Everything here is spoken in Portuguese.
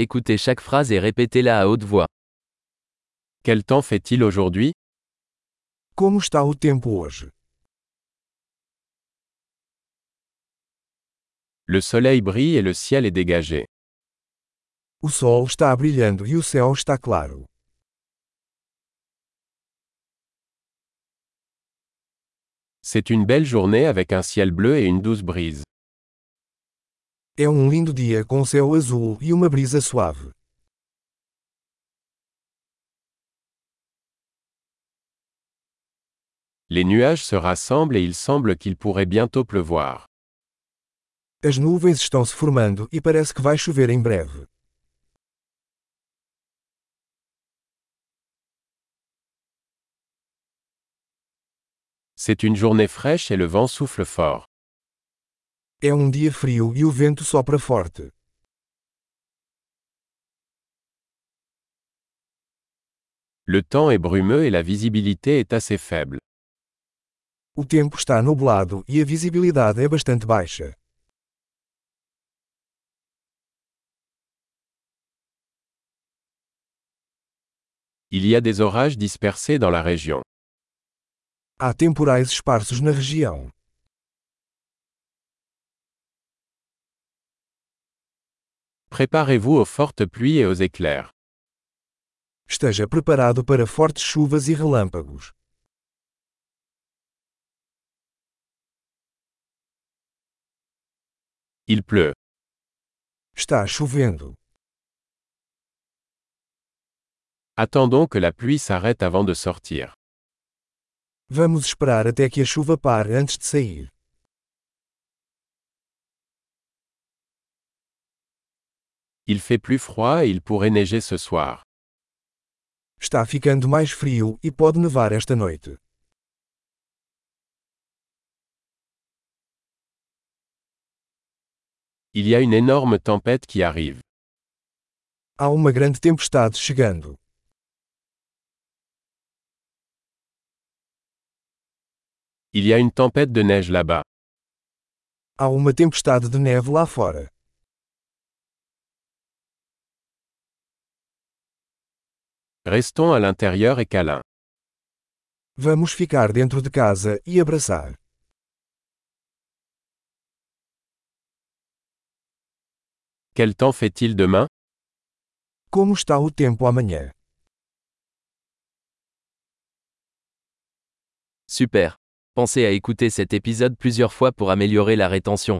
Écoutez chaque phrase et répétez-la à haute voix. Quel temps fait-il aujourd'hui Como está o tempo hoje? Le soleil brille et le ciel est dégagé. O sol está brilhando e o céu está claro. C'est une belle journée avec un ciel bleu et une douce brise. É um lindo dia com céu azul e uma brisa suave. Les nuages se rassemblent et il semble qu'il pourrait bientôt pleuvoir. As nuvens estão se formando e parece que vai chover em breve. C'est une journée fraîche et le vent souffle fort. É um dia frio e o vento sopra forte. Le temps est brumeux et la visibilité est assez faible. O tempo está nublado e a visibilidade é bastante baixa. Il y a des orages dispersés dans la région. Há temporais esparsos na região. Préparez-vous aux fortes pluies et aux éclairs. Esteja preparado para fortes chuvas e relâmpagos. Il pleut. Está chovendo. Attendons que la pluie s'arrête avant de sortir. Vamos esperar até que a chuva pare antes de sair. Il fait plus froid et il pourrait neiger ce soir. Está ficando mais frio e pode nevar esta noite. Il y a une énorme tempête qui arrive. Há uma grande tempestade chegando. Il y a une tempête de neige là-bas. Há uma tempestade de neve lá fora. Restons à l'intérieur et câlin. Vamos ficar dentro de casa e abraçar. Quel temps fait-il demain Como está o tempo amanhã? Super. Pensez à écouter cet épisode plusieurs fois pour améliorer la rétention.